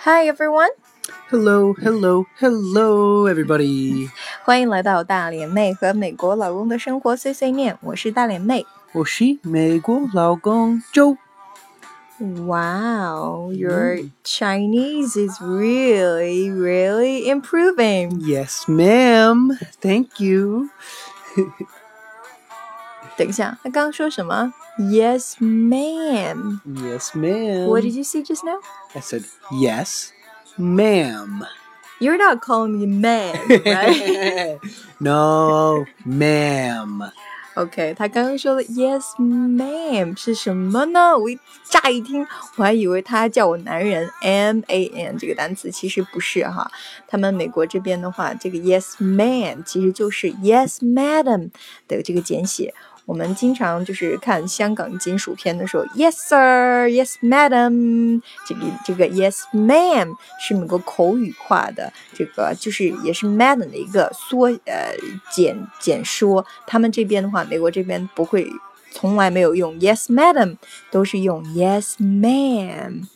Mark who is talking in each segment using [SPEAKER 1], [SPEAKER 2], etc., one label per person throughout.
[SPEAKER 1] Hi everyone，
[SPEAKER 2] Hello, hello, hello, everybody！
[SPEAKER 1] 欢迎来到大脸妹和美国老公的生活碎碎念，我是大脸妹。
[SPEAKER 2] 我是美国老公周。
[SPEAKER 1] Wow, your Chinese is really, really improving.
[SPEAKER 2] Yes, ma'am. Thank you.
[SPEAKER 1] 等一下，他刚刚说什么？Yes, ma'am.
[SPEAKER 2] Yes, ma'am.
[SPEAKER 1] What did you say just now?
[SPEAKER 2] I said? Yes, ma'am.
[SPEAKER 1] You're not calling me ma'am, right?
[SPEAKER 2] no, ma'am.
[SPEAKER 1] OK，他刚刚说的 Yes, ma'am 是什么呢？我一乍一听，我还以为他叫我男人 M A N 这个单词，其实不是哈。他们美国这边的话，这个 Yes, ma'am 其实就是 Yes, madam 的这个简写。我们经常就是看香港金属片的时候，Yes sir, Yes madam，这个这个 Yes ma'am 是美国口语化的，这个就是也是 madam 的一个缩呃简简说。他们这边的话，美国这边不会，从来没有用 yes madam，都是用 yes ma'am。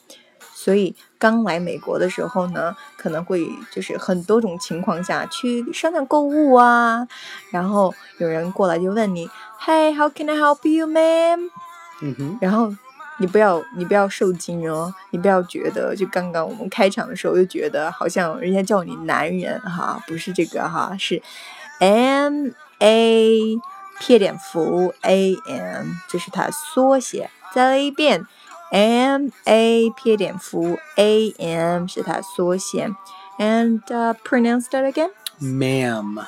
[SPEAKER 1] 所以刚来美国的时候呢，可能会就是很多种情况下去商场购物啊，然后有人过来就问你，Hey，how can I help you, ma'am？
[SPEAKER 2] Mhm.
[SPEAKER 1] 然后你不要你不要受惊哦，你不要觉得就刚刚我们开场的时候就觉得好像人家叫你男人哈，不是这个哈，是 M A 撇点符 A M，这是它的缩写。再来一遍，M A 撇点符 A M 是它的缩写。And、uh, pronounce that again?
[SPEAKER 2] Ma'am.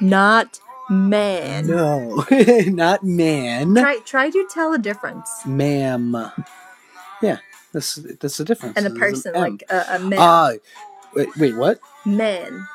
[SPEAKER 1] Not man.
[SPEAKER 2] No, not man.
[SPEAKER 1] Try try to tell a difference.
[SPEAKER 2] Ma'am. Yeah, that's that's the difference.
[SPEAKER 1] And a
[SPEAKER 2] There's an
[SPEAKER 1] person
[SPEAKER 2] M.
[SPEAKER 1] like a, a man.
[SPEAKER 2] Ah, wait, wait, what?
[SPEAKER 1] man.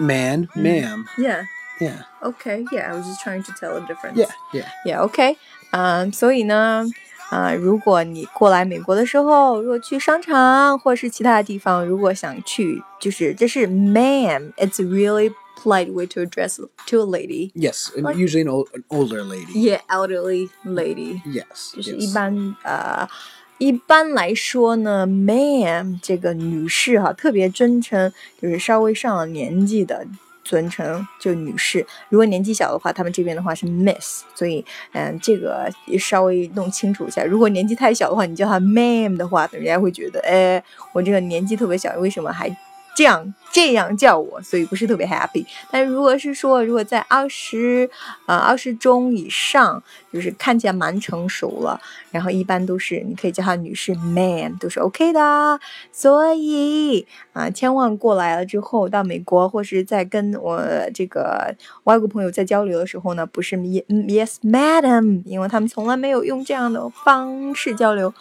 [SPEAKER 2] Man,
[SPEAKER 1] Mm.
[SPEAKER 2] ma'am.
[SPEAKER 1] Yeah.
[SPEAKER 2] Yeah,
[SPEAKER 1] Okay. Yeah. I was just trying to tell a difference.
[SPEAKER 2] yeah, yeah.
[SPEAKER 1] Yeah, OK，嗯、所以呢，啊，如果你过来美国的时候，如果去商场或是其他的地方，如果想去，就是这是 ma'am，it's a really polite way to address to a lady，yeah，elderly
[SPEAKER 2] Yes, and
[SPEAKER 1] Like-
[SPEAKER 2] usually an, old, an older lady.
[SPEAKER 1] lady，
[SPEAKER 2] Yes.
[SPEAKER 1] 就是一
[SPEAKER 2] yes.
[SPEAKER 1] 般呃，一般来说呢，ma'am 这个女士哈，特别尊称就是稍微上了年纪的。尊称就女士，如果年纪小的话，他们这边的话是 miss，所以嗯，这个也稍微弄清楚一下。如果年纪太小的话，你叫她 ma'am 的话，人家会觉得，哎，我这个年纪特别小，为什么还这样这样叫我？所以不是特别 happy。但如果是说，如果在二十呃二十中以上，就是看起来蛮成熟了，然后一般都是你可以叫她女士 ma'am，都是 OK 的啊。所以啊、千万过来了之后，到美国或是在跟我这个外国朋友在交流的时候呢，不是 ye- 嗯 yes madam，因为他们从来没有用这样的方式交流。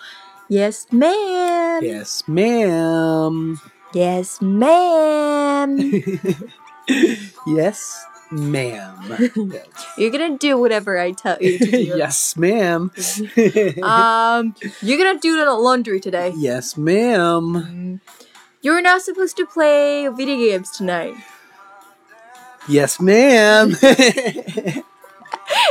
[SPEAKER 1] Yes ma'am,
[SPEAKER 2] Yes, ma'am.
[SPEAKER 1] yes ma'am.
[SPEAKER 2] yes, ma'am.
[SPEAKER 1] You're gonna do whatever I tell you to do.
[SPEAKER 2] yes, ma'am.
[SPEAKER 1] Um, you're gonna do the laundry today.
[SPEAKER 2] yes, ma'am.
[SPEAKER 1] Mm. You're not supposed to play video games tonight.
[SPEAKER 2] Yes, ma'am.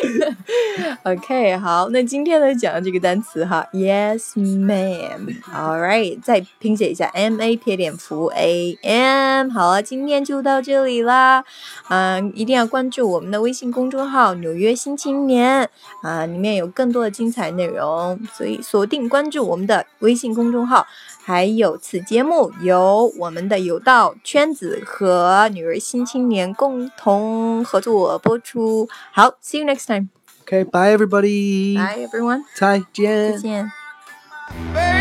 [SPEAKER 1] OK，好，那今天呢讲这个单词哈，Yes, ma'am。All right，再拼写一下，M A 撇点符 A M。好了，今天就到这里啦。嗯、一定要关注我们的微信公众号《纽约新青年》啊、里面有更多的精彩内容，所以锁定关注我们的微信公众号。还有此节目由我们的有道圈子和女儿新青年共同合作播出。好，See you next time。
[SPEAKER 2] okay, bye, everybody.
[SPEAKER 1] Bye everyone，
[SPEAKER 2] Tai
[SPEAKER 1] 再
[SPEAKER 2] Jian.
[SPEAKER 1] 见。
[SPEAKER 3] Baby,